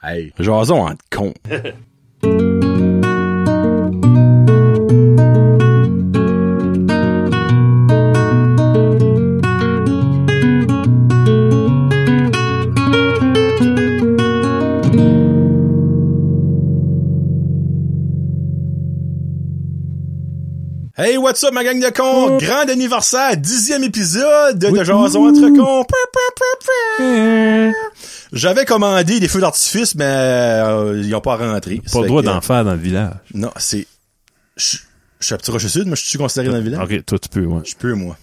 Hey, jason en con. Hey, what's up, ma gang de cons? Grand anniversaire, dixième épisode de Jason entre cons. Pou, pou, pou, pou. J'avais commandé des feux d'artifice, mais euh, ils n'ont pas rentré. Pas le droit d'en faire dans le village. Non, c'est... Je je suis à Petit Rocher Sud, mais je suis considéré dans le village. Ok, toi tu peux, ouais. Je peux, moi.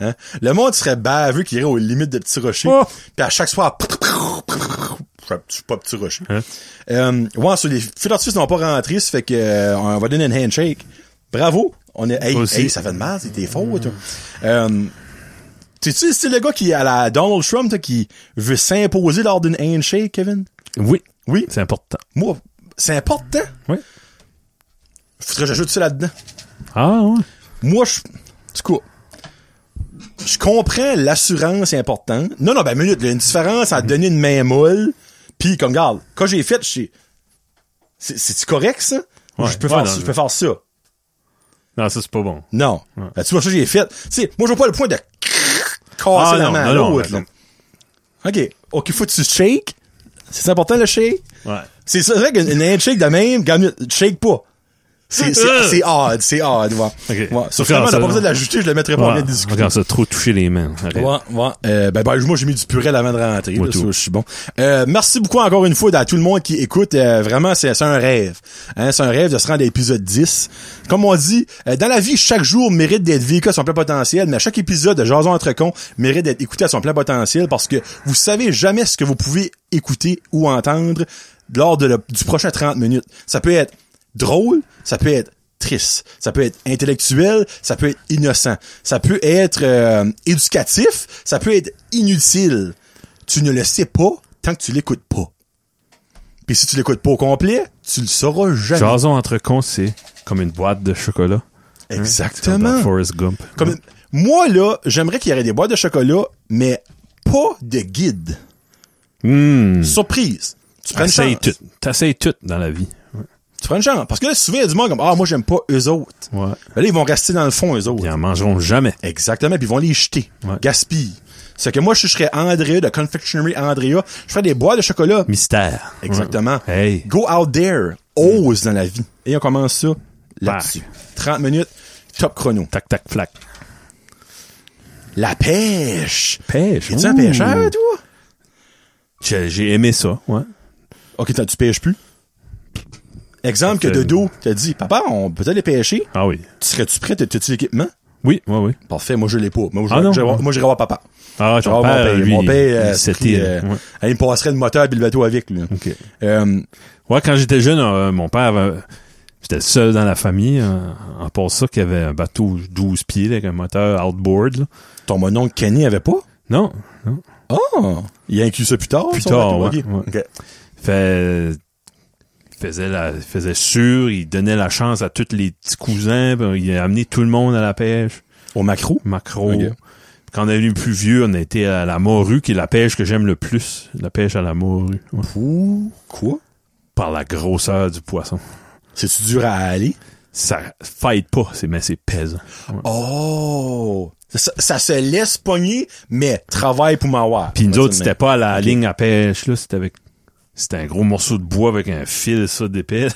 Hein? Le monde serait baveux qui irait aux limites de Petit Rocher. Oh! Puis à chaque soir... Je suis pas Petit Rocher. Hein? Euh, ouais, sur les feux d'artifice n'ont pas rentré, ça fait que euh, on va donner un handshake. Bravo! On est... Hey, Aussi. hey, ça fait de mal, c'était faux, toi. Euh, T'es-tu c'est le gars qui, à la Donald Trump, toi, qui veut s'imposer lors d'une handshake, Kevin? Oui. Oui. C'est important. Moi, c'est important. Oui. Faudrait que j'ajoute ça là-dedans. Ah, ouais. Moi, je... C'est quoi? Je comprends l'assurance est importante. Non, non, ben, minute, il y a une différence Mhm. à donner une main molle. Puis, comme, regarde, quand j'ai fait, je sais- c'est- C'est-tu correct, ça? Ou Ouais, je, peux ouais, faire, non, ça- je je- peux faire ça. Non, ça c'est pas bon. Non. Ben, tu vois, ça, j'ai fait. Tu sais, moi, je vois pas le point de casser Ah, la non, main à non, non, l'autre, là. non. OK. OK, faut que tu shake. C'est important, le shake. Ouais. C'est ça, c'est vrai qu'une une handshake de même, gagne, shake pas. C'est, c'est, c'est odd, c'est odd, ouais. Euh. Ok. ouais. Sauf Ok, vraiment, on n'a ça, pas non. besoin de l'ajouter, je le mettrai pas en lien ouais. de discussion. Regarde, ça a trop touché les mains. Arrête. Ouais, ouais. Euh, ben, ben, moi, j'ai mis du purel avant de rentrer. Moi là, tout. ça, je suis bon. Euh, merci beaucoup encore une fois à tout le monde qui écoute. Euh, vraiment, c'est c'est un rêve. Hein, c'est un rêve de se rendre à l'épisode 10. Comme on dit, euh, dans la vie, chaque jour mérite d'être vécu à son plein potentiel, mais chaque épisode de Jason entre cons mérite d'être écouté à son plein potentiel parce que vous savez jamais ce que vous pouvez écouter ou entendre lors de le- du prochain 30 minutes. Ça peut être drôle, ça peut être triste, ça peut être intellectuel, ça peut être innocent, ça peut être euh, éducatif, ça peut être inutile. Tu ne le sais pas tant que tu l'écoutes pas. Puis si tu l'écoutes pas au complet, tu le sauras jamais. Jason entre cons, c'est comme une boîte de chocolat. Comme Exactement. dans Forrest Gump. Comme- moi là, j'aimerais qu'il y aurait des boîtes de chocolat, mais pas de guide. Hum. Surprise. Tu prends une T'essayes chance. tout. T'essayes tout dans la vie. Tu prends une chance. Parce que là, souvent, il y a du monde comme, ah, moi, j'aime pas eux autres. Ouais. Ben là, ils vont rester dans le fond, eux autres. Ils en mangeront jamais. Exactement, puis ils vont les jeter. Ouais. Gaspille. C'est que moi, je serais Andrea de Confectionery Andrea. Je ferais des boîtes de chocolat. Mystère. Exactement. Ouais. Mm. Hey. Go out there. Ose dans la vie. Et on commence ça Bah. là-dessus. 30 minutes, top chrono. Tac, tac, flac. La pêche. Pêche. Es-tu un Ouh. pêcheur, toi? J'ai j'ai aimé ça, ouais. Ok, t'as- tu pêches plus. Exemple que Fait que- Dodo t'a dit, papa, on peut aller pêcher. Ah oui. Tu Serais-tu prêt? T'as-tu l'équipement? Oui, oui, oui. Parfait, moi, je l'ai pas. Moi, je- Ah non? je- moi, j'irai voir papa. Ah, Genre, ton mon père, père, lui, mon père, il euh, s'était, pris, euh, ouais. il me passerait le moteur et le bateau avec. Là. OK. Euh, Ouais, quand j'étais jeune, euh, mon père, avait- j'étais le seul dans la famille, euh, en part ça, qu'il y avait un bateau 12 pieds là, avec un moteur outboard. là. ton mononcle Kenny avait pas? Non, non. Ah! Il a inclus ça plus tard? Plus son tard, bateau? ouais, Ok. Ok. Fait, il faisait la, il faisait sûr, il donnait la chance à tous les petits cousins, puis il a amené tout le monde à la pêche, Au macro? macro. Ok. Quand on est venu plus vieux, on a été à la morue, qui est la pêche que j'aime le plus, la pêche à la morue, ouais. Ouh, quoi? par la grosseur du poisson. C'est-tu dur à aller? Ça fight pas, c'est mais c'est pesant. Oh! Ça, ça se laisse pogner, mais travaille pour m'avoir. Puis nous Moi, autres, c'est c'était le pas à la ligne à pêche, là. C'était avec. C'était un gros morceau de bois avec un fil, ça, d'épais.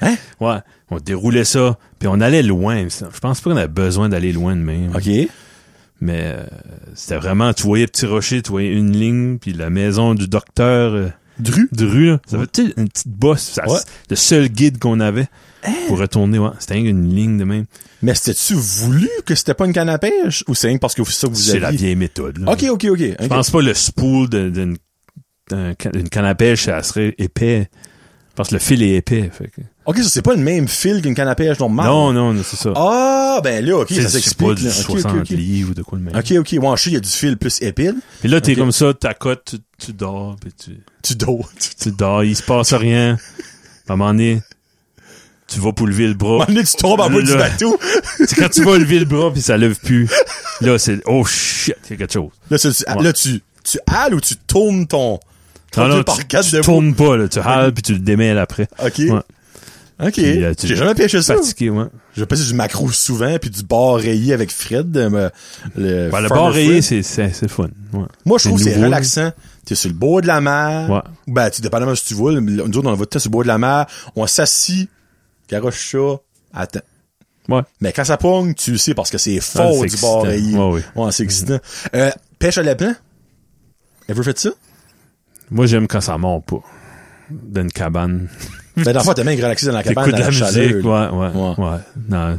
Hein? Ouais. On déroulait ça, puis on allait loin. ça. Je pense pas qu'on avait besoin d'aller loin de même. même. OK. Mais euh, c'était vraiment, tu voyais Petit Rocher, tu voyais une ligne, puis la maison du docteur euh, Dru? Dru, là. Ça fait, tu sais, une petite bosse. ça- Ouais. Hein? Le seul guide qu'on avait pour retourner, ouais. C'était une ligne de même. Mais c'était-tu voulu que c'était pas une canne à pêche? Ou c'est rien que parce que ça vous C'est avez... la vieille méthode, là. OK, OK, OK. Je pense pas le spool de- d'une d'un ca- d'une canne à pêche, ça serait épais. Parce que le fil est épais. fait que- OK, ça, c'est pas le même fil qu'une canne à pêche normale. Non, non, non, c'est ça. Ah, ben là, OK, C'est- ça c'est pas s'explique. du là. OK, 60 OK, OK. livres ou de quoi de même. OK, OK. Ouais, je sais, il y a du fil plus épile. Puis là, t'es Ok. comme ça, t'accotes, tu, tu dors, puis tu, Tu dors. Tu tu dors, il se passe rien. À un moment donné, tu vas pour lever le À un bras. moment donné, tu tombes en bas du Là. bateau. c'est quand tu vas lever le bras, puis ça lève plus. Là, c'est, oh shit, il y a quelque chose. Là, tu, tu- Ouais. là, tu, tu halles ou tu tournes ton, Non, 32 non, par tu, 4 tu de tournes pas, là. Tu hales, puis tu le démêles après. OK. Ouais. OK. Puis, euh, tu- J'ai jamais pêché ça. Pratiquer, ouais. J'ai passé du macro souvent, puis du bar rayé avec Fred. euh, le Ben, le farmer bar rayé, Fred. c'est c'est- c'est le fun. Ouais. Moi, je c'est trouve que c'est nouveau. relaxant. T'es sur le bord de la mer. Ouais. Ben, tu dépendamment si tu vois. là, Nous autres, on va tout le temps sur le bord de la mer. On s'assit. Garoche ça. Attends. Ouais. Mais quand ça pogne, tu le sais parce que c'est Ah, fort c'est du bord rayé. excitant. Ouais, Mm-hmm. oui. c'est excitant. Euh, pêche à la plaine? Avez-vous fait ça? Moi, j'aime quand ça monte pas. Dans une cabane. Ben, dans le fond, t'es même relaxé dans la cabane, T'écoutes dans de la chaleur. musique. Ouais, ouais, Ouais. ouais. Non.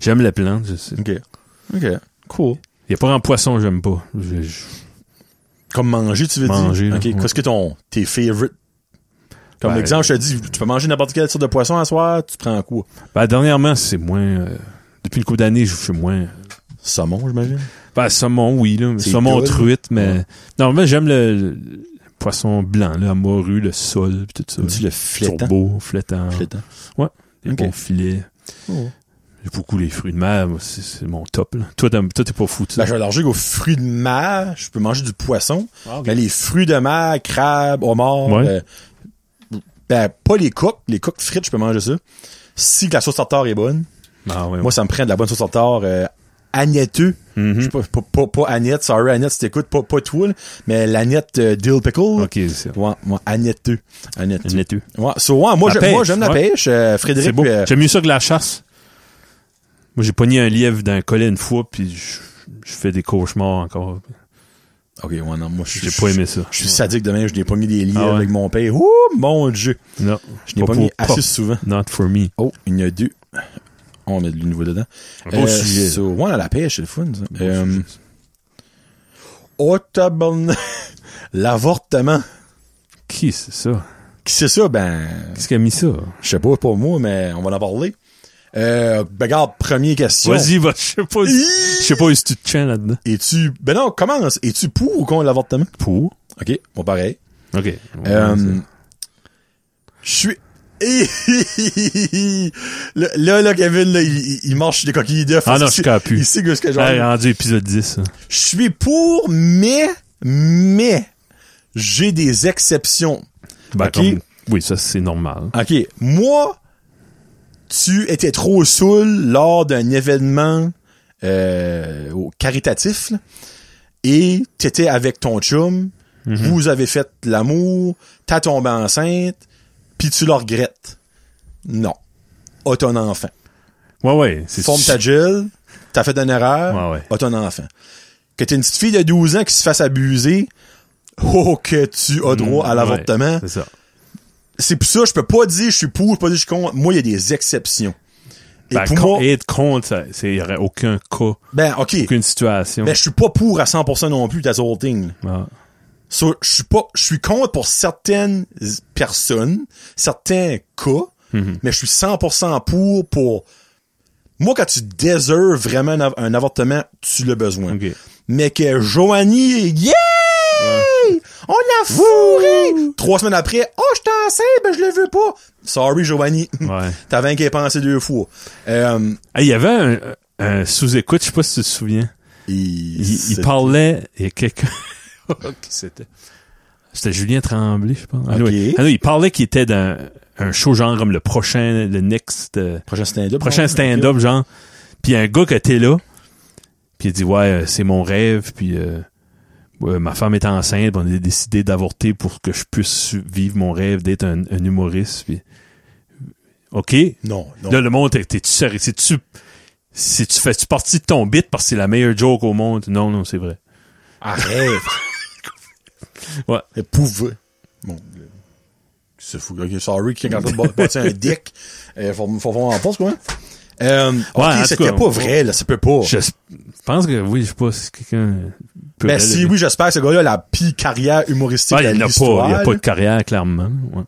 J'aime les plantes, je sais. OK. OK. Cool. Il y a pas un poisson, j'aime pas. Je- je- Comme manger, tu veux Manger, dire? là, OK. ouais. Qu'est-ce que ton, tes favorite? Comme Ben, exemple, je te dis, tu peux manger n'importe quelle sorte de poisson à soir, tu prends quoi? Ben, dernièrement, c'est moins. euh, depuis le coup d'année, je suis moins. Saumon, j'imagine. Ben, saumon, oui, là. mais C'est Saumon good. truite, mais. Non, mais j'aime le, le poisson blanc, là, la morue, le sol, puis tout ça. Tu dis le flétan. Turbo, flétan. Flétan. Des Ok. bons filets. Ah. Oh. J'ai beaucoup les fruits de mer, moi, c'est c'est mon top, là. Toi, t'aimes- toi, t'es pas fou, tu Ben, sais. je vais allergique aux fruits de mer. Je peux manger du poisson. Ah, ok. Mais les fruits de mer, crabes, homards, Ouais. euh, ben, pas les coques. Les coques frites, je peux manger ça. Si que la sauce tartare est bonne. Ah, ouais. Moi, ça me prend de la bonne sauce tartare euh, agnetteux. Mhm. Je sais Pas, pas, pas, pas agnette, sorry, agnette, si t'écoutes, pas, pas toi, là, mais l'agnette euh, dill pickle. Ok, c'est Ouais, ouais, agnetteux. Agnetteux. laitue. Ouais, so, ouais, moi, La j'aime- pêche, moi, j'aime la ouais. pêche. euh, Frédéric, C'est beau. euh, J'aime mieux ça que la chasse. Moi, j'ai pogné un lièvre d'un collet une fois, puis je, je fais des cauchemars encore. Ok, ouais, non, moi, je J'ai pas aimé ça. Je suis sadique de même, je n'ai pas mis des liens Ah ouais. avec mon père. Ouh, mon Dieu! Non, Je n'ai pas, pour- mis assez souvent. Not for me. Oh, il y en a deux. On a du nouveau dedans. Euh, Un beau sujet. so- ouais, la pêche, c'est le fun, ça. Euh, sujet, oh, tabarnak. L'avortement. Qui c'est ça? Qui c'est ça? Ben, Qu'est-ce qui a mis ça? je sais pas pour moi, mais on va en parler. Euh, ben, regarde, première question. Vas-y, va, je sais pas. Je sais pas où est-ce que tu te tiens là-dedans. Es-tu, ben non, commence. Es-tu pour ou contre l'avortement? Pour? Ok, bon, pareil. OK. Euh, Je suis. là, là, là, Kevin, là, il, il- il marche des coquilles d'œufs. Ah non, Il je sait- capu. Il sait que ce que j'en Ah, rendu épisode 10. hein. Je suis pour, mais, mais, j'ai des exceptions. Ben, Ok. comme- Oui, ça, c'est normal. OK. Moi, tu étais trop saoul lors d'un événement euh, au- caritatif là, et t'étais avec ton chum, Mhm. vous avez fait l'amour, t'as tombé enceinte, puis tu le regrettes. Non. A ton enfant. Ouais, ouais. C'est Forme ta gel, t'as fait une erreur, Ouais, ouais. a ton enfant. Que t'es une petite fille de 12 ans qui se fasse abuser, oh que tu as droit à Mm, Ouais, l'avortement C'est ça. c'est pour ça, je peux pas dire je suis pour, je peux pas dire je suis contre. Moi, il y a des exceptions. Et Ben, pour con- moi, être contre, ça, c'est- il y aurait aucun cas, ben, ok. aucune situation. Ben, je suis pas pour à 100% non plus, that's whole thing. Ah. So, je suis pas, je suis contre pour certaines personnes, certains cas, Mhm. mais je suis 100% pour, pour, moi, quand tu déserves vraiment un, av- un avortement, tu l'as besoin. Ok. Mais que Joanie, yeah! On l'a fourré! Trois semaines après, oh, je t'enseigne, ben, je le veux pas. Sorry, Joanie. Ouais. T'avais un qui a pensé deux fois. Euh, Ah, Il y avait un, un sous-écoute, je sais pas si tu te souviens. il, Il, il c'est- parlait, il y a quelqu'un. Oh, qui c'était? C'était Julien Tremblay, je pense. Ah non, Ok. il- ah non, il parlait qu'il était dans un show genre comme le prochain, le next, euh, Prochain stand-up. prochain stand-up, genre. Puis il y a un gars qui était là, puis il dit, ouais, euh, c'est mon rêve, puis euh, ouais, ma femme est enceinte, puis on a décidé d'avorter pour que je puisse vivre mon rêve d'être un, un humoriste. Puis... OK, Non, non. Là, le monde, t'es- t'es-tu sérieux? C'est-tu, c'est-tu, fais-tu partie de ton bit parce que c'est la meilleure joke au monde? Non, non, c'est vrai. Arrête. Ouais. Épouve. Bon. euh, C'est fou. Ok, sorry, qui est en train de bat- battre un dick. Euh, faut, faut voir en pense, quoi. Euh, en ok, tout c'était cas, pas on- vrai, là. Ça peut pas. Je s- pense que oui, je sais pas si quelqu'un peut. Ben, si oui, j'espère que ce gars-là a la pire carrière humoristique Ah, il de n'y a l'histoire. pas, il y a pas là. de carrière, clairement. Ouais.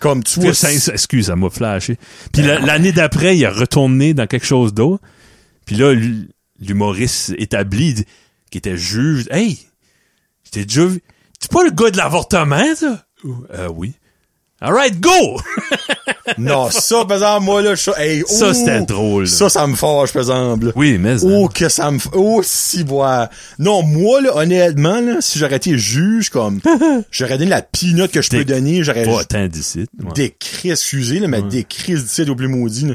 Comme tu Puis, vois. ça, ça- excuse, ça m'a flashé. Puis Ben, la- l'année d'après, il est retourné dans quelque chose d'autre. Puis là, l'hu- l'humoriste établi, d- qui était juge, hey, j'étais déjà vu. T'es pas le gars de l'avortement, ça? Ou, Euh, oui. Alright, go! Non, ça, par exemple, moi, là, je- hey, Ça, ouh, c'était drôle, là. Ça, ça me fâche, par exemple. là. Oui, mais. hein. Oh, que ça me... f- Oh, si, boire. Non, moi, là, honnêtement, là, si j'aurais été juge, comme... j'aurais donné la pinote que je peux Des- donner, j'aurais... Pas ju- tant d'ici. ouais. Des cris, excusez, là, mais des cris d'ici au plus maudit. là.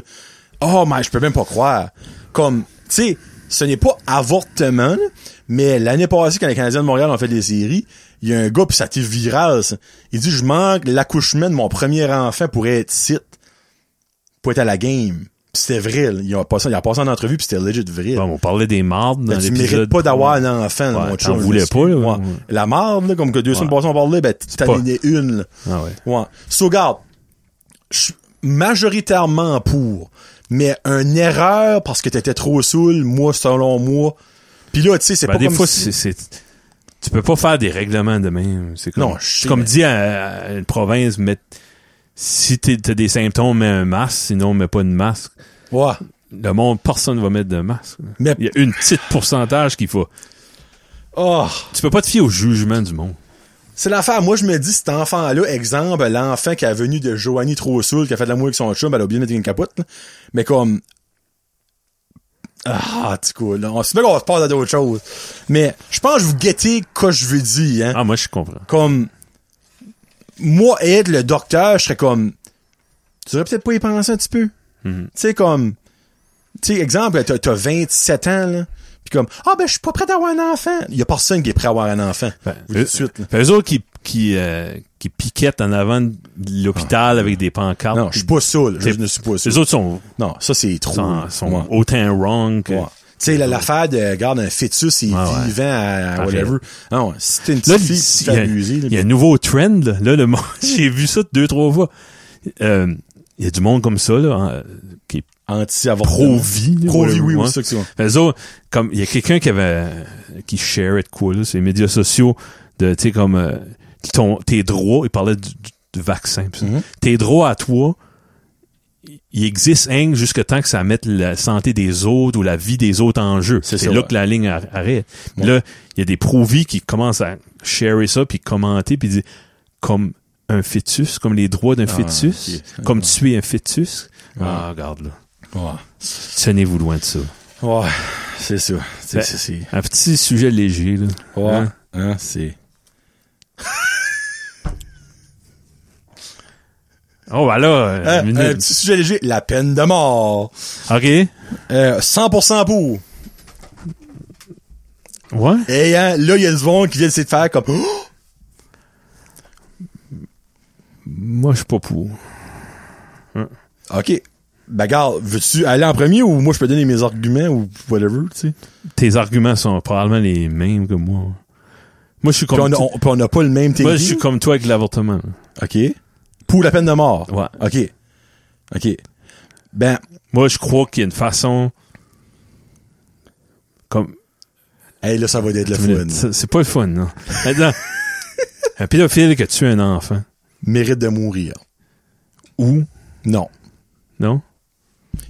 Oh, mais je peux même pas croire. Comme, tu sais, ce n'est pas avortement, là, mais l'année passée, quand les Canadiens de Montréal ont fait des séries, il y a un gars, puis ça a été viral, ça. Il dit, je manque l'accouchement de mon premier enfant pour être site, pour être à la game. Pis c'était vrai, là. il a passé, il a passé en entrevue, puis c'était legit vrai. Bon, on parlait des mardes dans Ben, tu l'épisode. mérites pas d'avoir un enfant, là, Ouais, mon t'en chum. voulais pas, là. Ouais. La marde, là, comme que deux semaines passées, on parlait, ben, t'as pas- donné une, là. Ah ouais. Ouais. So, regarde, je suis majoritairement pour, mais une erreur parce que t'étais trop saoul, moi, selon moi. Puis là, tu sais, c'est Ben, pas des comme fois, si- c'est- c'est- Tu peux pas faire des règlements de même. C'est comme, Non, je sais, c'est comme mais- dit à, à une province, mais si t'es- t'as des symptômes, mets un masque, sinon mets pas de masque. Ouais. Le monde, personne va mettre de masque. Mais- Il y a une petite pourcentage qu'il faut. Oh, Tu peux pas te fier au jugement du monde. c'est l'affaire. Moi, je me dis, cet enfant-là, exemple, l'enfant qui est venu de Joanie Trossoul, qui a fait de l'amour avec son chum, elle a oublié de mettre une capote, là. Mais comme, ah, tu coup, là, on se met qu'on se parle à d'autres choses. Mais, je pense que vous guettez quoi je veux dire, hein. Ah, moi, je comprends. comme moi être le docteur, je serais comme tu devrais peut-être pas y penser un petit peu. Tu sais comme tu sais exemple t'as t'as 27 ans là, puis comme ah ben je suis pas prêt d'avoir un enfant. Il y a personne qui est prêt à avoir un enfant. Ben, Tout de eux- suite, là. ben, eux autres qui, qui, euh, qui piquettent en avant de l'hôpital avec des pancartes. Non, je suis pas saoul, je T'es- ne suis pas saoul. Les autres sont, Non, ça c'est trop. sont, sont Ouais. autant wrong que... Ouais. Tu sais, la- l'affaire de, regarde, un fœtus, il est Ouais, ouais. vivant à, à Ah, whatever. Non, si t'es une Là, petite fille, tu il y a- il y a un nouveau trend. Là, Là, le monde, j'ai vu ça deux, trois fois. Euh, Il y a du monde comme ça, là, hein, qui est anti-avortement. pro-vie. là, Pro-vie, whatever, oui, oui, ouais. c'est ça que tu vois. Fait eux autres, comme, il y a quelqu'un qui avait, euh, qui share it quoi, là, sur les médias sociaux, de, tu sais, comme, euh, ton, tes droits, il parlait du, du- du vaccin, pis ça. Mhm. Tes droits à toi, il existe hein, jusqu'à temps que ça mette la santé des autres ou la vie des autres en jeu. C'est C'est ça, là ouais. que la ligne ar- arrête. Puis Ouais. Là, il y a des pro-vie qui commencent à sharer ça, puis commenter, puis dire comme un fœtus, comme les droits d'un Ah, fœtus, ok. comme tu es un fœtus. Ah, regarde là. Ouais. Tenez-vous loin de ça. Ouais, c'est ça. C'est, Ben, c'est, c'est- Un petit sujet léger, là. Ouais. Hein? Hein, c'est. Oh, bah là, euh, Euh, une un minute. petit sujet léger, la peine de mort. OK. Euh, 100% pour. Ouais. Et hein, là, il y a du monde qui vient essayer de faire comme... Oh! Moi, je suis pas pour. OK. Ben, garde, veux-tu aller en premier ou moi, je peux donner mes arguments ou whatever, tu sais? Tes arguments sont probablement les mêmes que moi. Moi, je suis Puis on comme, a- on- puis on n'a pas le même toi- moi, je thinking. suis comme toi avec l'avortement. OK. Pour la peine de mort. Ouais. OK. OK. Ben, Moi, je crois qu'il y a une façon. Comme. euh, hey, là, ça va être le fun. C'est c'est pas le fun, non. Attends. un pédophile qui a tué un enfant. Mérite de mourir. Ou. Non. Non?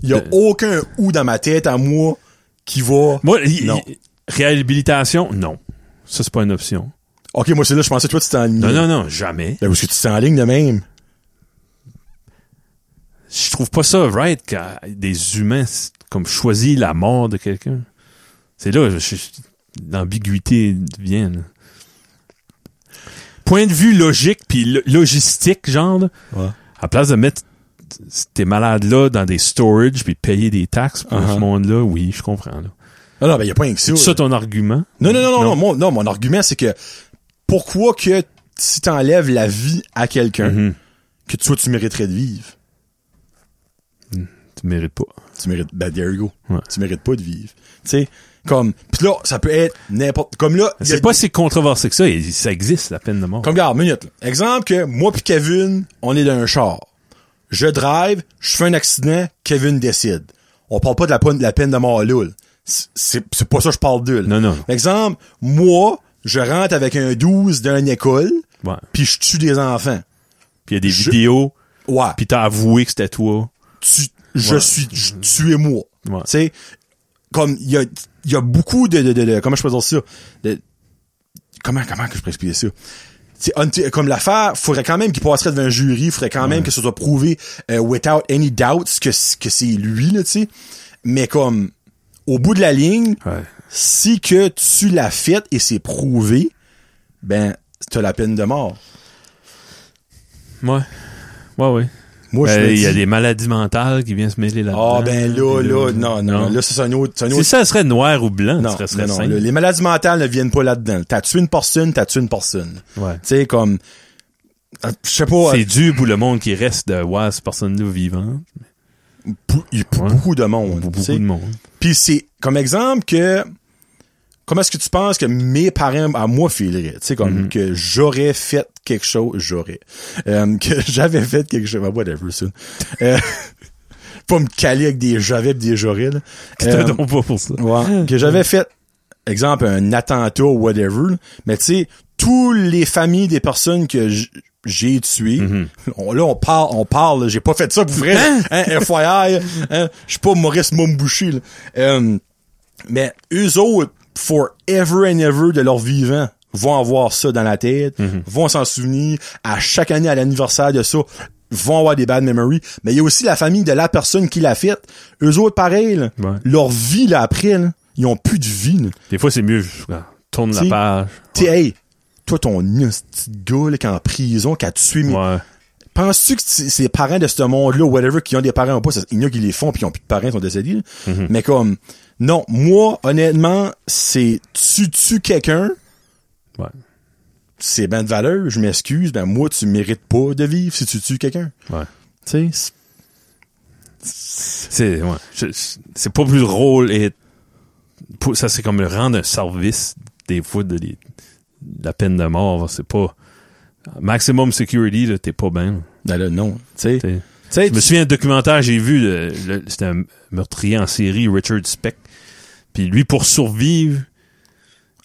Il y a Euh. aucun « ou » dans ma tête à moi qui va... Moi, il- Non. il- réhabilitation, non. Ça, c'est pas une option. OK, moi, c'est là, je pensais, toi, tu t'es en ligne. Non, non, non, jamais. Ben, parce que tu t'es en ligne de même. Je trouve pas ça right quand des humains s- comme choisissent la mort de quelqu'un. C'est là je- je- l'ambiguïté vient. là. Point de vue logique puis lo- logistique, genre, là, Ouais. à place de mettre t- tes malades-là dans des storage puis de payer des taxes pour Uh-huh. ce monde-là, oui, je comprends. là. Non, non, ben, y a pas rien que ça. C'est ça là. ton argument? Non, non, non, non, non, mon, non, mon argument, c'est que pourquoi que si t'enlèves la vie à quelqu'un, Mhm. que toi, tu mériterais de vivre? Tu mérites pas. Tu mérites, ben, there you go. Ouais. Tu mérites pas de vivre. Tu sais, comme, pis là, ça peut être n'importe, comme là, y a- C'est pas si controversé que ça. il- Ça existe, la peine de mort. comme, regarde, minute, là. Exemple que moi pis Kevin, on est dans un char. Je drive, je fais un accident, Kevin décide. On parle pas de la, peine- de la peine de mort là, là. C'est- C'est c'est pas ça que je parle de, là. Non, non. Exemple, moi, je rentre avec un 12 d'une école, Ouais. puis je tue des enfants. Puis il y a des Je- vidéos, Ouais. puis t'as avoué que c'était toi. tu, je Ouais. suis, je- tu es moi. Ouais. Tu sais, comme, il y a, il y a beaucoup de, de, de, de- comment je peux dire ça? De- comment, comment que je peux expliquer ça? c'est unti- comme l'affaire, faudrait quand même qu'il passerait devant un jury, faudrait quand même que ce soit prouvé euh, without any doubts que, c- que c'est lui, là, tu sais. Mais comme, au bout de la ligne, Ouais. si que tu l'as fait et c'est prouvé, ben, t'as la peine de mort. Ouais. Ouais, ouais. Moi, Ben, je me il y a dis- des maladies mentales qui viennent se mêler là-dedans. Ah, ben là, Puis là, non, non, Non. là, ça, c'est un autre, c'est un Si autre ça serait noir ou blanc, Non, ça serait, serait non, non, simple. le- les maladies mentales ne viennent pas là-dedans. T'as tué une personne, t'as tué une personne. Ouais. Tu sais, comme, euh, je sais pas, C'est dur pour le monde qui reste de ouais, cette personne-là vivant. euh, pou- il y a pou- Ouais. beaucoup de monde. Beaucoup tu sais. de monde. Puis c'est comme exemple que comment est-ce que tu penses que mes parents à moi fileraient, tu sais Mhm. comme que j'aurais fait quelque chose, j'aurais euh, que j'avais fait quelque chose, Ah, whatever ça. Euh, pas me caler avec des j'avais pis des j'aurais. là. Euh, T'as pas pour ça. ouais, que j'avais fait exemple un attentat ou whatever, là. mais tu sais tous les familles des personnes que j- j'ai tuées, on, là on parle, on parle, là, j'ai pas fait ça pour vrai, là. hein, FYI, hein, je suis pas Maurice Mombouchi, là. Euh, mais eux autres, forever and ever de leur vivant, vont avoir ça dans la tête, vont s'en souvenir à chaque année à l'anniversaire de ça, vont avoir des bad memories. Mais il y a aussi la famille de la personne qui l'a faite. Eux autres, pareil, là. Ouais. leur vie là après, là, ils ont plus de vie. là. Des fois, c'est mieux. je- ah, Tourne Si. la page. T'sais, hey, toi, ton petit gars là, qui est en prison, qui a tué mes Ouais. Penses-tu que c'est c'est les parents de ce monde-là, whatever, qui ont des parents ou pas, ça- il y en a qui les font puis qui ont plus de parents, ils sont décédés. là. Mm-hmm. Mais comme, non, moi, honnêtement, c'est tu tues quelqu'un, Ouais. c'est ben de valeur, je m'excuse, ben moi, tu mérites pas de vivre si tu tues quelqu'un. Ouais. Tu sais, c'est- C'est ouais. Je- je- c'est pas plus drôle et pour- ça c'est comme le rendre un service des fois de, les- de la peine de mort, c'est pas maximum security là, t'es pas bien. ben là, non, tu sais. t'es- Tu sais, Je me souviens d'un documentaire j'ai vu le- le- c'était un meurtrier en série Richard Speck. Puis lui pour survivre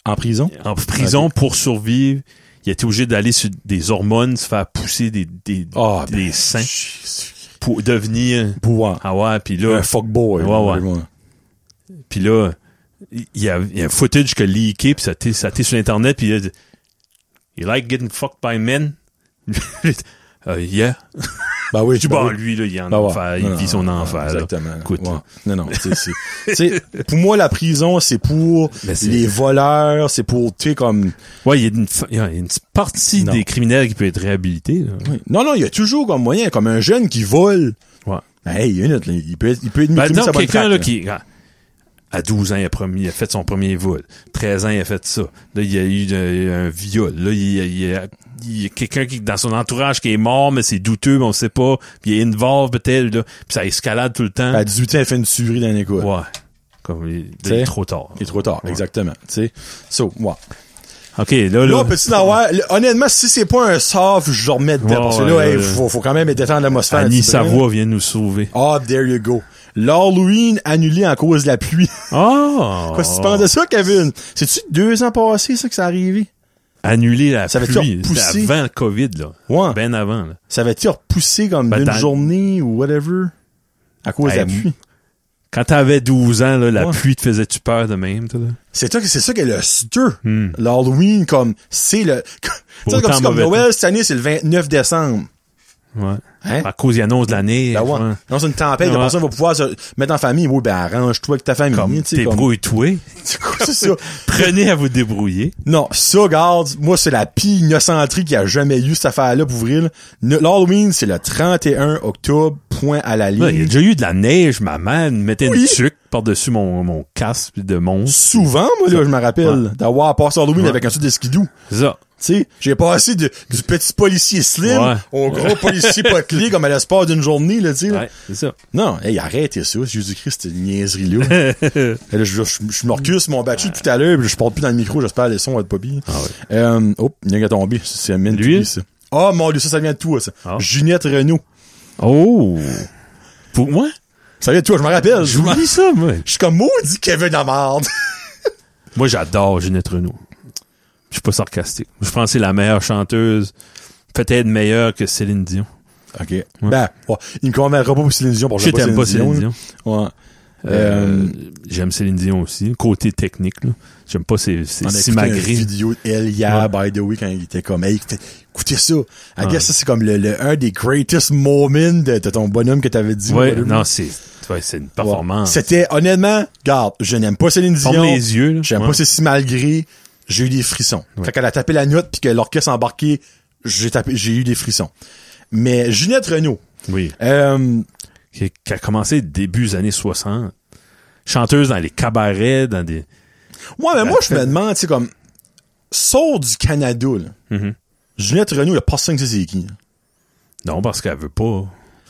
en prison. en prison pour survivre, il était obligé d'aller sur des hormones, se faire pousser des des, Ah, des ben, seins pour devenir Pouvoir. ah ouais, puis là Un fuckboy. Ouais, là, ouais. vraiment. Puis là, il y a, il y a un footage que leaké, puis ça t'est ça t'est sur Internet, puis il a dit « You like getting fucked by men? » Euh, Yeah. Ben oui, Tu ben bon, oui. lui, là, il est en Ben ouais. enfer, Non, il non, vit son non, enfer. là. Exactement. Écoute, Ouais. Non, non, c'est- c'est- c'est- pour moi, la prison, c'est pour Mais Ben, c'est- les voleurs, c'est pour, tu sais, comme, ouais, il y a une, fa- il y a une partie Non. des criminels qui peut être réhabilitée. là. non, non, il y a toujours comme moyen, comme un jeune qui vole. Ouais. Ben, hey, une minute, là, il peut être, il peut être Ben, multimis- disons sa bonne quelqu'un traque, là. là, qui... ah, À 12 ans, il a, promis- il a fait son premier vol. 13 ans, il a fait ça. Là, il y a eu euh, un viol. Là, il y a, il y a- il y a quelqu'un qui dans son entourage qui est mort, mais c'est douteux, mais on sait pas. Puis il est involve peut-être. là. Puis ça escalade tout le temps. À 18 Ben, ans, elle fait une tuerie dans les coups. Ouais. Comme il, il T'sais? est trop tard. Il est trop tard, exactement, tu sais. So, ouais. OK, là, là. Là, on peut-tu en avoir- le- honnêtement, si c'est pas un soft, je remets dedans. Ouais, parce que là, ouais, hey, ouais. faut, faut quand même détendre l'atmosphère. Annie tu sais. Savoie vient nous sauver. Ah, there you go. L'Halloween annulé en cause de la pluie. Oh! Qu'est-ce que tu penses de ça, Kevin? C'est-tu deux ans passés, ça, que ça arrivé? Annuler la Ça avait-tu pluie. C'était repoussé? avant le COVID, là. Ouais. Ben avant, là. Ça avait-tu repoussé comme Ben, d'une dans- journée ou whatever? À cause de la Hey, pluie. Quand t'avais 12 ans, là, la Ouais. pluie te faisait-tu peur de même, toi, là? C'est ça, que- c'est ça qu'est le steux. Hmm. L'Halloween, comme, c'est le, tu sais, comme, Autant c'est comme mauvais Noël, cette année, c'est le 29 décembre. Ouais. Hein? À cause, il annonce de l'année. hein. Ben ouais. ouais. Dans une tempête, la Ouais. personne va pouvoir se mettre en famille. Oui, ben, arrange-toi avec ta famille. Comme, tu sais, comme- débrouille-toi. C'est quoi, c'est ça? Prenez à vous débrouiller. Non, ça, garde, moi, c'est la pire innocenterie qu'il y a jamais eu, cette affaire-là, pour vrai. là. Ne- L'Halloween, c'est le 31 octobre, point à la ligne. Là, il y a déjà eu de la neige. Ma mère me mettait Oui. une tuque par-dessus mon, mon casque pis de mon. C'est Souvent, moi, là, je me rappelle, Ouais. d'avoir passé Halloween Ouais. avec un sou de skidou. ça. Tu sais, j'ai passé de- du petit policier slim Ouais. au gros policier potelé comme à l'espace d'une journée, là, tu sais. là. Ouais, c'est ça. Non, hey, arrêtez ça, Jésus-Christ, c'est une niaiserie, là. Et là, je, je, je me recule sur mon battu tout à l'heure, puis je parle plus dans le micro, j'espère le son va être pas pire. Euh, oh, il y en a qui a tombé, c'est un Ah Lui? Lui, ça. Ah, mon dieu, ça, ça vient de toi, ça. Ah. Ginette Renault. Oh! Pour moi? Ça vient de toi, je me rappelle. Je J'oublie ça, moi. je suis comme maudit Kevin Amard. Moi, j'adore Ginette Renault. Je suis pas sarcastique. Je pense que c'est la meilleure chanteuse, peut-être meilleure que Céline Dion. OK. Ben, oh, il me convaincra pas pour Céline Dion hein. pour Je t'aime pas Céline là. Dion. Ouais. Euh, J'aime Céline Dion aussi. Côté technique, là. J'aime pas ses, ses Euh, On a écouté simagrées. une vidéo d'elle hier, by the way, quand il était comme, hey, écoutez, écoutez ça. I guess ça, c'est comme le, le- un des greatest moments de, de ton bonhomme que t'avais dit. Ouais, whatever. non, c'est ouais, c'est une performance. C'était, honnêtement, garde, je n'aime pas Céline Ferme Dion. les yeux. là. J'aime Ouais. pas ses simagrées. J'ai eu des frissons. Quand elle a tapé la note puis que l'orchestre a embarqué, j'ai tapé, j'ai eu des frissons. Mais Ginette Renault, Oui. euh, Qui, qui a commencé début des années 60. Chanteuse dans les cabarets, dans des. Ouais, mais La moi, je me fête. demande, tu sais, comme, sort du Canada, là. Mhm. Ginette Renault, le personne que c'est qui, là. Non, parce qu'elle veut pas.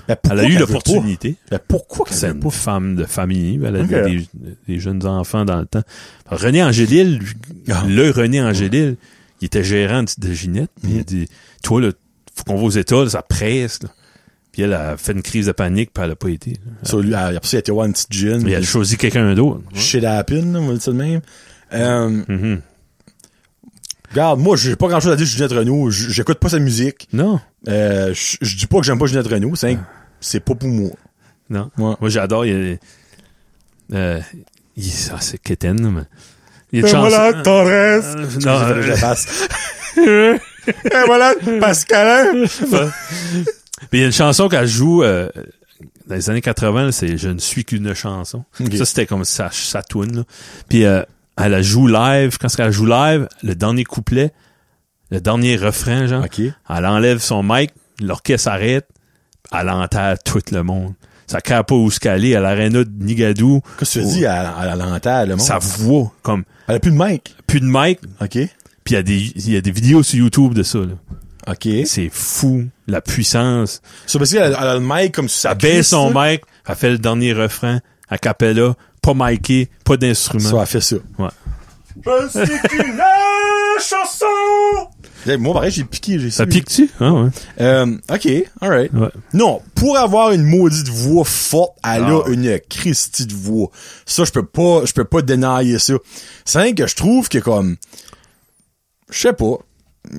Mais Elle pourquoi a eu qu'elle l'opportunité. veut pas? Mais pourquoi qu'elle C'est veut une pas? femme de famille. Elle avait Ok. des, des jeunes enfants dans le temps. René Angélil, lui- Ah. le René Angélil, il était gérant de- de Ginette. puis Mm. Il a dit, toi, là, faut qu'on va aux États, là, ça presse. là. Puis elle a fait une crise de panique, puis elle a pas été. là. Sur lui, après ça, il était voir une petite gin. Mais elle a choisi quelqu'un d'autre. Shit happen, là, on va le dire de même. Euh, Mhm. regarde, moi, j'ai pas grand chose à dire sur Ginette Renault. J- J'écoute pas sa musique. Non, Euh, je je dis pas que j'aime pas Ginette Renault. C'est, un- c'est pas pour moi. non. Ouais. Moi, j'adore. Il y a- euh, il- ah, c'est quétaine, mais... Il y a une Et chanson... voilà, Torres. Euh, Excusez, non, fallait que je la fasse. euh, Et voilà, Pascalin. Puis il y a une chanson qu'elle joue euh, dans les années 80, là, c'est Je ne suis qu'une chanson. Ok. Ça, c'était comme sa, sa tune. là. Puis euh, elle la joue live. Quand elle joue live, le dernier couplet, le dernier refrain, genre, OK. elle enlève son mic, l'orchestre arrête, elle enterre tout le monde. Ça crée pas où se caler à l'aréna de Nigadou. Qu'est-ce que tu Oh. dis à, à, à l'enterre, le monde? Sa voix, comme Elle a plus de mic. plus de mic. OK. Puis il y, a des- il y a des vidéos sur YouTube de ça. là. OK. C'est fou, la puissance. C'est parce qu'elle a, elle a le mic comme sur sa Elle baisse cuisse, son là. mic, elle fait le dernier refrain, a cappella, pas miqué, pas d'instrument. Ça, elle fait ça. Ouais. Je suis qu'une chanson! Eh, Moi, pareil, j'ai piqué, j'ai Ça su. pique-tu? Ah ouais. Euh, OK, alright. Ouais. Non, pour avoir une maudite voix forte, elle a Ah. une christie de voix. Ça, je peux pas, je peux pas dénailler ça. C'est rien que je trouve que comme, je sais pas,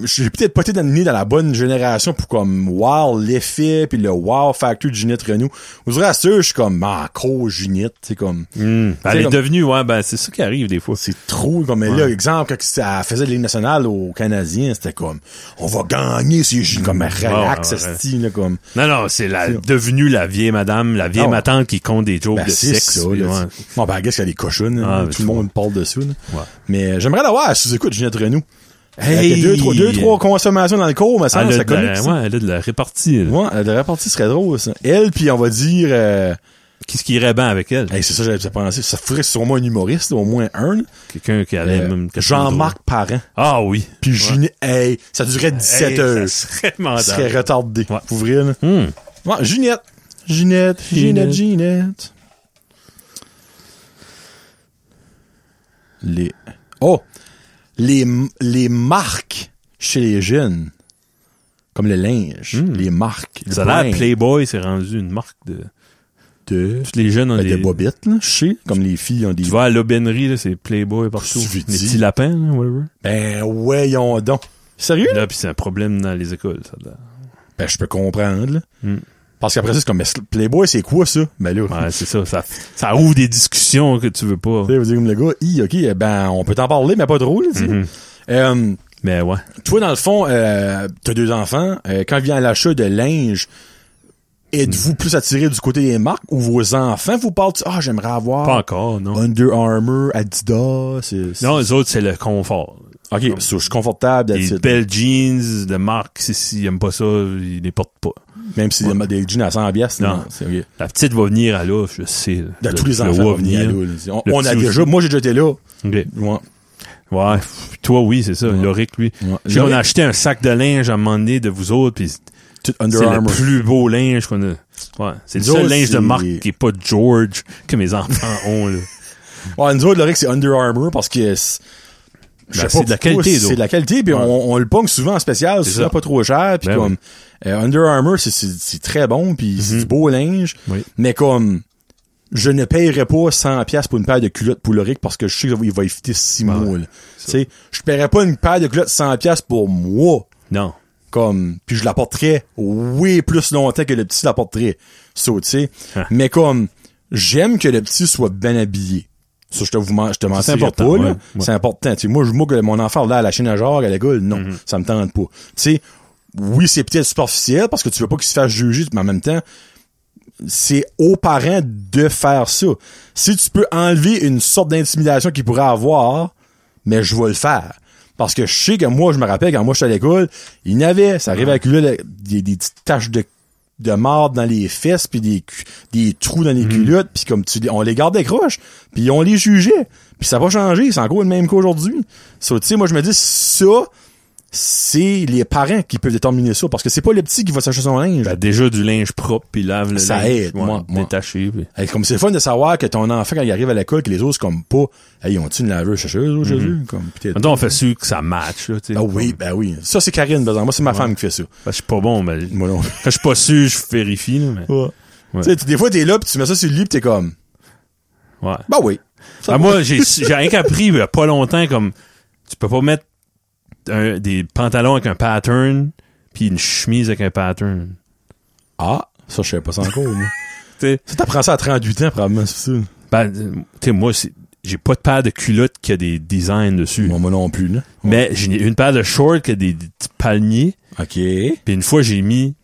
j'ai peut-être pas été amené dans la bonne génération pour comme, wow, l'effet, puis le wow factor de Ginette Renault. Vous direz à ça, je suis comme, ah, gros Ginette, c'est comme, Hmm. Elle est comme- devenue, ouais, ben c'est ça qui arrive des fois. c'est trop comme mais là exemple quand c'était- elle faisait de ligne nationale aux Canadiens c'était comme on va gagner c'est juste comme relax Hmm. Ah, ouais, ouais. style là comme Non, non, c'est la devenue la vieille madame, la vieille Ah ouais. matante qui compte des jokes ben, de c'est sexe. ça puis là, ouais. tu- bon ben qu'est-ce qu'il y a des cochonnes Ah, là, ben, tout le tu monde parle dessus là. Ouais. mais euh, j'aimerais l'avoir sous écoute Ginette Renault Hey! Ah, Avec deux trois deux trois consommations dans le cours mais ça elle, a ça de connaît la, ouais, elle a de la répartie. là. Ouais, euh, le répartie serait drôle, ça. Elle, puis on va dire... Euh, Qu'est-ce qui irait bien avec elle? hey, c'est ça, j'avais pensé. Ça ferait sûrement un humoriste, au moins un. là. Quelqu'un qui allait Euh, Ben, même... quelque chose de drôle. Jean-Marc Parent. Ah oui. Puis Ginette... Hey, ça durerait 17 Hey, heures. Ça serait Il serait mandable. retardé. Ouais. Pour vrai, là. Hmm. Ouais, Ginette. Ginette, Ginette, Ginette. Ginette. Les. Oh! Les, m- les marques chez les jeunes. Comme le linge. Les marques. le Hmm. Ça a brand l'air Playboy, c'est rendu une marque de... de. Toutes les jeunes ont ben, des... des bobettes, là. Je sais. Comme les filles ont des. Tu vas à l'aubainerie, là, c'est Playboy partout. Je lui Les dis. petits lapins, là, whatever. Ben, voyons donc. Sérieux? Là, puis c'est un problème dans les écoles, ça. là. Ben, je peux comprendre, là. Mm. Parce qu'après ça, c'est comme, mais Playboy, c'est quoi, ça? Ben là. Ouais, c'est ça, ça. Ça ouvre des discussions que tu veux pas. Tu sais, vous dites comme le gars, hi, ok, ben, on peut t'en parler, mais pas drôle, tu sais. Mhm. Euh, Mais ouais. toi, dans le fond, euh, t'as deux enfants. Euh, quand vient l'achat de linge, êtes-vous plus attiré du côté des marques ou vos enfants vous parlent Ah, j'aimerais avoir Pas encore, non. Under Armour, Adidas. c'est- c'est- Non, les autres, c'est le confort. ok, so, je suis confortable, that's Des it. belles jeans de marque, si- s'ils aiment pas ça, ils les portent pas. Même si des- des jeans à 100 piastres, Non. non. c'est ok. La petite va venir à l'offre, je sais. là. De Le- tous les le enfants, voit on, venir. à l'eau, là. On- Le on a petit déjà, aussi. moi j'ai déjà été là. Ok. Ouais. Ouais, pff, toi, oui, c'est ça. L'Oric, lui. Ouais. Puis on L'Oric- a acheté un sac de linge à un moment donné de vous autres, puis Tout C'est Under le Armour. plus beau linge qu'on a. Ouais. C'est le Nous seul autres, linge c'est- de marque qui est pas George que mes enfants ont, là. Ouais, nous autres, le Rex, c'est Under Armour parce que c'est je sais Ben, pas c'est de la pourquoi, qualité, C'est donc. de la qualité, puis Ouais. on, on le pogne souvent en spécial, c'est C'est souvent ça. pas trop cher, puis Ben comme euh, Under Armour, c'est- c'est c'est très bon, puis c'est du beau linge, Mm-hmm. Oui. mais comme je ne paierais pas 100 pièces pour une paire de culottes pour Loric parce que je sais qu'il va y fitter 6 Ben Ouais. mois. là. Tu sais, je paierais pas une paire de culottes 100 pièces pour moi Non. comme puis je la porterais oui plus longtemps que le petit la porterait ça tu sais Ah. mais comme j'aime que le petit soit bien habillé. Ça, je te, vous, men- je te mentirais important, pas, là. ouais, ouais. C'est important. Tu sais, moi, je moi, que mon enfant, là, à la chaîne à genre, à la gueule, non, Mhm. ça me tente pas. Tu sais, oui, c'est peut-être superficiel parce que tu veux pas qu'il se fasse juger, mais en même temps, c'est aux parents de faire ça. Si tu peux enlever une sorte d'intimidation qu'il pourrait avoir, mais je vais le faire. Parce que je sais que moi, je me rappelle quand moi j'étais à l'école, il y en avait, ça arrivait à culer le- des, des petites taches de, de marde dans les fesses, puis des, cu- des trous dans les culottes, puis comme tu dis, on les gardait croches, puis on les jugeait. Puis ça va changer, c'est encore le même qu'aujourd'hui. So, tu sais, moi je me dis, ça, c'est les parents qui peuvent déterminer ça, parce que c'est pas le petit qui va s'acheter son linge. Ben, déjà du linge propre, puis lave le Ça linge. aide, ouais, moi, moi. Détaché, puis- Hey, comme c'est le fun de savoir que ton enfant, quand il arrive à l'école, que les autres, c'est comme pas, hey, ont-tu une laveuse chercheuse Mhm. aujourd'hui? Comme, peut-être. Mettons, on fait sûr que ça match, là, tu sais. Ah oui, ben oui. Ça, c'est Karine, par exemple. Moi, c'est ma femme qui fait ça. Parce que je suis pas bon, mais quand Moi, non. je suis pas sûr, je vérifie, là, mais. Ouais. Tu sais, tu- des fois, t'es là, puis tu mets ça sur le lit, puis t'es comme, Ouais. bah oui. Ça va. Ah, moi, j'ai, j'ai rien qu'appris, il y a pas longtemps, comme, tu peux pas mettre un- des pantalons avec un pattern, puis une chemise avec un pattern. Ah, ça, je sais pas ça encore, moi. Tu sais, Ça, t'apprends ça à 38 ans, probablement, c'est ça. ben, tu sais, moi, c'est- j'ai pas de paire de culottes qui a des designs dessus. Moi, moi non plus, là. Mais j'ai une paire de shorts qui a des, des petits palmiers. OK. Puis une fois, j'ai mis,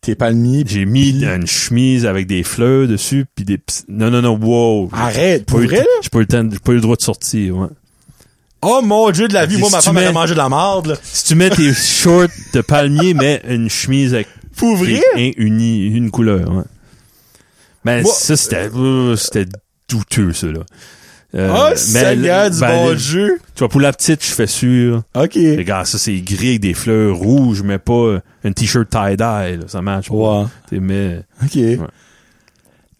T'es palmier. j'ai mis une chemise avec des fleurs dessus, puis des... petits- Non, non, non, wow. Arrête, J'ai pas Ah, pour eu le vrai, temps- là? J'ai pas eu le temps, j'ai pas eu le droit de sortir, ouais. Oh mon dieu de la vie, Dis, moi, si ma tu femme, elle a mets- mangé de la marde, là. Si tu mets tes shorts de palmier, mets une chemise avec Pour vrai? un- uni- une couleur. Ouais. Mais Moi- ça, c'était euh, c'était douteux, ça. Là. Euh, Oh, mais- Seigneur du ben, bon le- Dieu. Tu vois, pour la petite, je fais sûr. OK. Les gars, ça, c'est gris avec des fleurs rouges, mais pas euh, un t-shirt tie-dye. là, Ça match. pas. Ouais. T'sais, Mais, OK.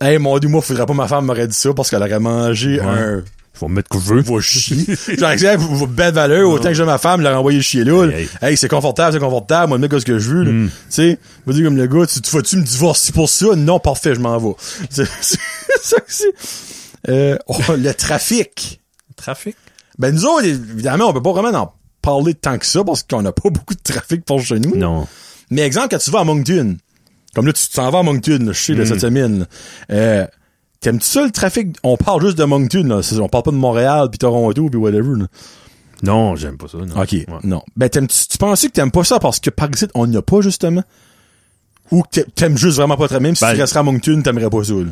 Hey, mon dieu, moi, faudrait pas que ma femme m'aurait dit ça parce qu'elle aurait mangé un faut mettre que je veux. va chier. Genre, exemple, vous, vous belle valeur, autant que j'ai ma femme, leur envoyé chier là. là. Hey, Hey, c'est confortable, c'est confortable, moi, le mec, ce que je veux, là. Tu sais, vous dire comme le gars, tu, tu vas-tu me divorcer pour ça? Non, parfait, je m'en vais. C'est c'est ça que c'est. Euh, oh, le trafic. Trafic? Ben, nous autres, évidemment, on peut pas vraiment en parler tant que ça parce qu'on n'a pas beaucoup de trafic pour chez nous. Non. Mais exemple, quand tu vas à Moncton, comme là, tu t'en vas à Moncton, là, je Hmm. sais, là, cette semaine, là. euh, t'aimes-tu ça le trafic? On parle juste de Moncton, là. C'est- On parle pas de Montréal, puis Toronto, puis whatever, là. Non, j'aime pas ça. non. OK, Ouais. non. Ben, t'aimes-tu, tu penses que t'aimes pas ça parce que par ici, on n'y a pas, justement? Ou que t'a- t'aimes juste vraiment pas ça? Même si Ben, tu resterais à Moncton, t'aimerais pas ça, là.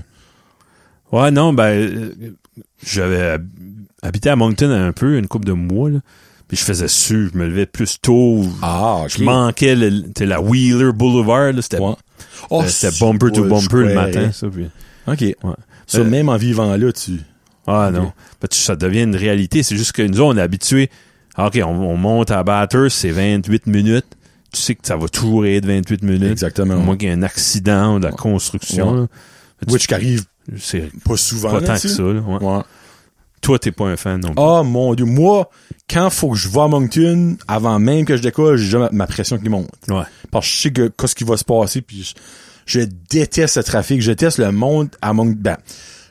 Ouais, non, ben, euh, j'avais hab- habité à Moncton un peu, une couple de mois, là. Puis je faisais sûr, je me levais plus tôt. Ah, Je manquais le- t'sais, la Wheeler Boulevard, là. C'était Oh, euh, c'était bumper to ouais, je bumper croyais. le matin, ça. puis- OK. ouais. Ça, Euh, même en vivant là, tu... Ah, non. Ben, tu- ça devient une réalité. C'est juste que nous, on est habitués. Ah, OK, on, on monte à Batters, c'est 28 minutes. Tu sais que ça va toujours être 28 minutes. Exactement. À moins qu'il y ait un accident ou de la construction. Ouais. là. Ben, tu- Which qu'arrive C'est pas souvent, pas là, tant tu que sais. ça. là, ouais. Ouais. Toi, t'es pas un fan non plus. Oh mon dieu, moi, quand faut que je vais à Moncton, avant même que je décolle, j'ai déjà ma, ma pression qui monte. Ouais. Parce que je sais que qu'est-ce qui va se passer, puis je, je déteste le trafic, je déteste le monde à Moncton. Ben,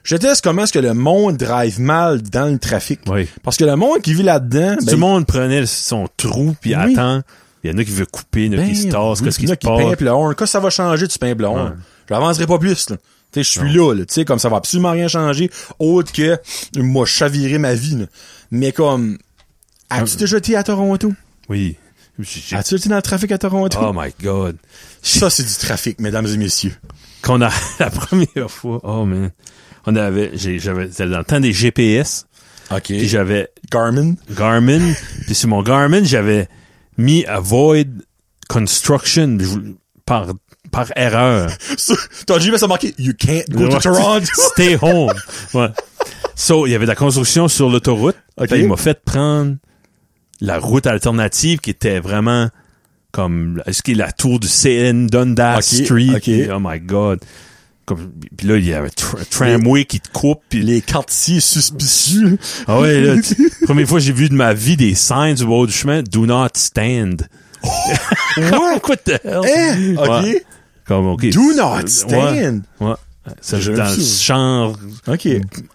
je déteste comment est-ce que le monde drive mal dans le trafic. Oui. Parce que le monde qui vit là-dedans, Si ben, tout le monde prenait son trou puis Oui. attend. Il y en a qui veut couper, ben, il y en a qui se tassent, qu'est-ce qui se passe. le horn. Quand ça va changer, tu peins le horn. Je n'avancerai pas plus, là. Tu sais, je suis là, là. Tu sais, comme ça va absolument rien changer, autre que, moi, chavirer ma vie, là. Mais comme, as-tu Ah. déjà été à Toronto? Oui. J'ai- As-tu été dans le trafic à Toronto? Oh my God. Ça, c'est du trafic, mesdames et messieurs. Qu'on a la première fois. Oh man. On avait, j'ai- j'avais, c'était dans le temps des GPS. OK. Puis j'avais Garmin. Garmin. puis sur mon Garmin, j'avais mis Avoid Construction je voulais- par, par erreur. Ça, T'as jamais ça marqué You can't go to Ouais. Toronto. Stay home. Ouais. So, il y avait de la construction sur l'autoroute. Ok. Fait, Il m'a fait prendre la route alternative qui était vraiment comme, est-ce qu'il y a la tour du CN Dundas Ok, Street? ok. Puis, Oh my God. Comme, puis là, il y avait un tra- tramway qui te coupe. Puis, Les quartiers suspicieux. ah ouais, là, tu- première fois que j'ai vu de ma vie des signes du bord du chemin, do not stand. Oh! What? the hell? Hein? OK. Ouais. Comme, ok. Do not Ouais. stand. Ouais. Ça, J'ai jamais dans vu le ça. genre, OK.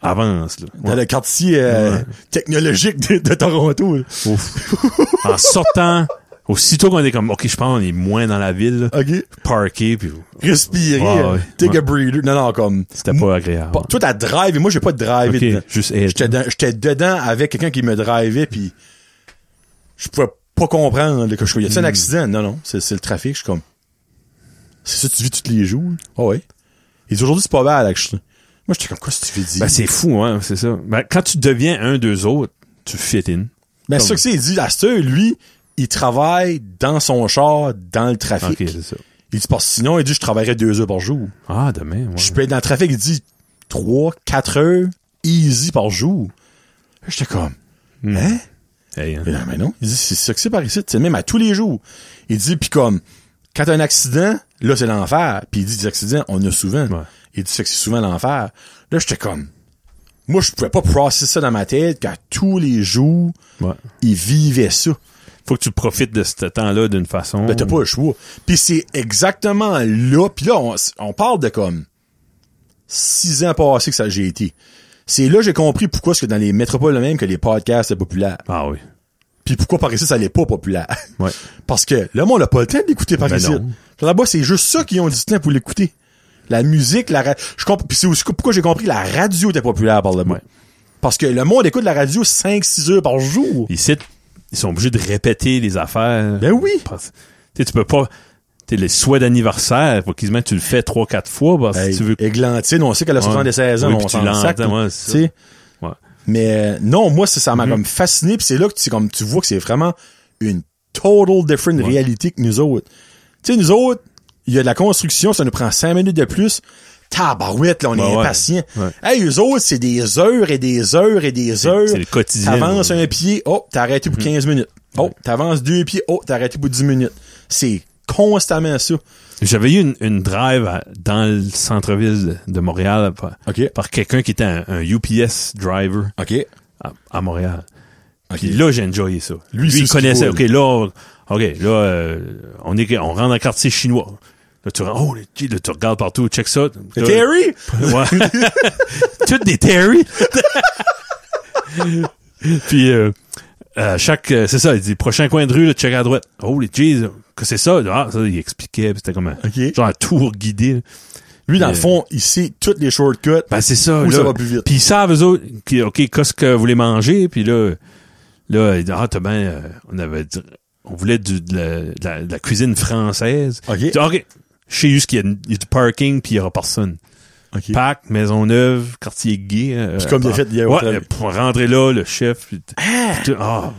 avance, là. Dans le quartier euh, technologique de, de Toronto. là. Ouf. en sortant Aussitôt qu'on est comme, OK, je pense qu'on est moins dans la ville, là, OK? parké, puis Respirer. Ouais, ouais. take Ouais. a breather. Non, non, comme. c'était pas agréable. Mm. Pas- Toi, t'as drive et moi, j'ai pas de drive. Ah OK, juste être. J'étais dans- j'étais dedans avec quelqu'un qui me drivait puis je pouvais pas comprendre là, que je y Hmm. a un accident non non c'est c'est le trafic je suis comme c'est ça que tu vis tous les jours Ah oh ouais et aujourd'hui c'est pas mal actually. moi j'étais comme quoi ce que tu veux dire Ben, c'est fou, hein, c'est ça. Ben, quand tu deviens un d'eux autres, tu fit in. mais Ben, c'est ça que c'est il dit à ce lui il travaille dans son char dans le trafic OK, c'est ça. il dit parce que sinon il dit je travaillerais deux heures par jour Ah, demain, ouais. je peux être dans le trafic il dit trois quatre heures easy par jour j'étais comme Hmm. hein Hey, hein. Et non, mais non. Il dit, c'est ça que c'est par ici. C'est même à tous les jours. Il dit, puis comme, quand t'as un accident, là, c'est l'enfer. Puis il dit, des accidents, on en a souvent. Ouais. Il dit, c'est que c'est souvent l'enfer. Là, j'étais comme, moi, je pouvais pas processer ça dans ma tête qu'à tous les jours, Ouais. il vivait ça. Faut que tu profites de ce temps-là d'une façon. Ben, t'as pas le choix. Puis c'est exactement là. Puis là, on, on parle de comme six ans passés que ça j'ai été. C'est là que j'ai compris pourquoi est-ce que dans les métropoles même que les podcasts étaient populaires. Ah oui. Puis pourquoi par ici, ça l'est pas populaire. Ouais. Parce que le monde n'a pas le temps d'écouter par Ben ici. non. Puis Là-bas, c'est juste ça qu'ils ont du temps pour l'écouter. La musique, la ra- je comp- puis c'est aussi pourquoi j'ai compris la radio était populaire par là-bas. Ouais. Parce que le monde écoute la radio 5 6 heures par jour. Ici, ils sont obligés de répéter les affaires. Ben oui. Parce- tu sais, tu peux pas. T'es les souhaits d'anniversaire, faut quasiment que tu le fais trois, quatre fois, parce que Hey, si tu veux. Églantine, on sait qu'elle a 76 ans, Oui, on puis tu s'en sac, l'entends, ouais, tu c'est sais. ça. Ouais. Mais euh, non, moi ça Mhm. ça m'a comme fasciné puis c'est là que tu comme tu vois que c'est vraiment une total different Ouais. réalité que nous autres. Tu sais nous autres, il y a de la construction, ça nous prend cinq minutes de plus. Tabarouette, là, on Ouais, est ouais. impatient. Ouais. Hey, eux autres, c'est des heures et des heures et des heures. c'est le quotidien, Mhm. T'avances ouais. un pied, oh, t'as arrêté pour 15 minutes. Oh, t'avances deux pieds, oh, t'as arrêté pour 10 minutes. C'est constamment ça. J'avais eu une, une drive à- dans le centre-ville de, de Montréal par, OK. par quelqu'un qui était un, un UPS driver OK. à, à Montréal. OK. Puis là, j'ai enjoyé ça. Lui, Lui, c'est il ce qu'il connaissait. faut, OK, là, on- OK, là, euh, on, est, on rentre dans le quartier chinois. Là, tu, rentres- oh, les- là, tu regardes partout, check ça. Le Là, Terry! Ouais. Toutes des Terry. Puis euh, à chaque euh, c'est ça, il dit prochain coin de rue, là, check à droite. Oh les jeez, que c'est ça Ah, ça il expliquait, puis c'était comme un OK. genre un tour guidé. là. Lui, dans le Euh, fond, il sait toutes les shortcuts. Ben c'est ça Où là. ça va plus vite. Puis ils savent eux autres qui- OK, qu'est-ce que vous voulez manger puis là là il dit, ah t'as bien euh, on avait dit- on voulait du, de, la, de la- de la cuisine française. OK. Il dit, OK. Je sais juste qu'il y, a- il y a du parking puis il y aura personne. OK. Pac, Maisonneuve, Quartier Gay. euh, Puis comme il a euh, fait hier au ouais, club. euh, pour rentrer là, le chef. Puis, t- puis tout- ah.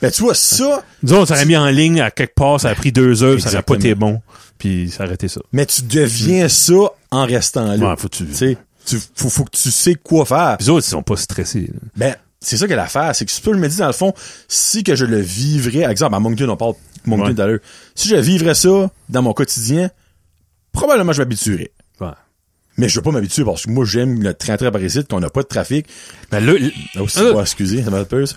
Ben, tu vois, ça, Disons, on s'aurait mis en ligne à quelque part, ça a pris deux heures, ça aurait pas Exactement. été bon. Puis ça arrêtait ça. mais tu deviens ça en restant là. Mm-hmm. Ouais, faut que tu- Tu sais, tu- faut, faut que tu sais quoi faire. Les autres, ils sont pas stressés. là. Ben, c'est ça qu'elle a l'affaire. C'est que si je me dis, dans le fond, si que je le vivrais, par exemple, à Moncton, on parle de Moncton Ouais. tout à l'heure, si je vivrais ça dans mon quotidien, probablement je m'habituerais. Ouais. Mais je veux pas m'habituer parce que moi, j'aime le train-train par ici, qu'on n'a pas de trafic. Ben, le- le- Oh, c'est Ah. quoi, excusez, ça m'a fait peur, ça.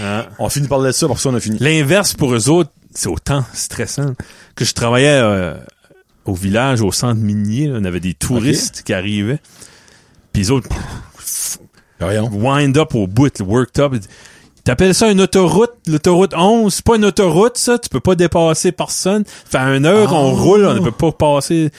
Ah. On finit par là ça parce qu'on a fini. L'inverse pour eux autres, c'est autant stressant que je travaillais euh, au village, au centre minier. là, on avait des touristes qui arrivaient. Puis les autres, Voyons. wind up au bout, le worked up. T'appelles ça une autoroute, l'autoroute 11, c'est pas une autoroute ça, tu peux pas dépasser personne. Fait à une heure, Ah. on roule, on ne peut pas passer.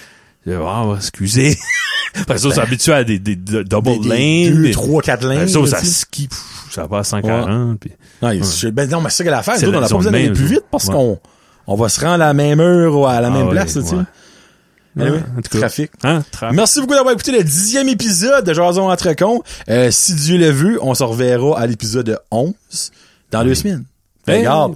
Je dis, Ah, excusez. Parce que ça, c'est habitué à des, des, des double Ben, Des- des lanes. deux, mais- trois, quatre lanes. Ben, ça, là, ça tu sais. skie, pff, ça va à 140. puis- Non, il- je- ben non, mais c'est ça qu'elle a fait. C'est Nous, on la- n'a ils pas ont besoin le d'aller même plus jour. vite parce Ouais. Ah qu'on on va se rendre à la même heure ou à la même ouais, place, tu sais. ouais. Anyway, Ouais, en tout cas. trafic. Hein? Trafic. Merci beaucoup d'avoir écouté le dixième épisode de Jason entre cons. Euh, si Dieu l'a vu, on se reverra à l'épisode 11 dans deux semaines. Fait, Hey. Regarde,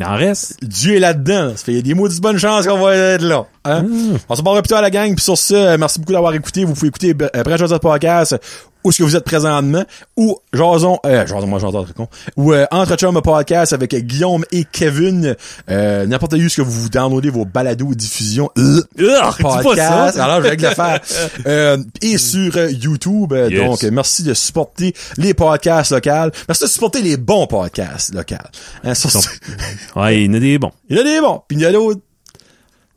Il en reste. Dieu est là-dedans. Ça fait il y a des maudites bonnes chances qu'on va être là. hein. Mm. On se barre plus tard la gang. Puis sur ce, euh, merci beaucoup d'avoir écouté. Vous pouvez écouter euh, Brad Jason Podcast euh, où ce que vous êtes présentement ou Jason, euh, Jason, moi Jason, très con, ou euh, Entre Chum Podcast avec euh, Guillaume et Kevin. Euh, N'importe où ce que vous downloadez vos balados ou diffusions. Euh, Urgh, dis pas ça. podcast. Alors, je vais le faire. Euh, et sur euh, YouTube. Euh, Yes. Donc, euh, merci de supporter les podcasts locaux. Merci de supporter les bons podcasts locaux. Hein, sur- Ouais, il y en a des bons. il y en a des bons, puis il y en a d'autres.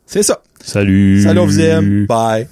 C'est ça. Salut. Salut, on vous aime. Bye.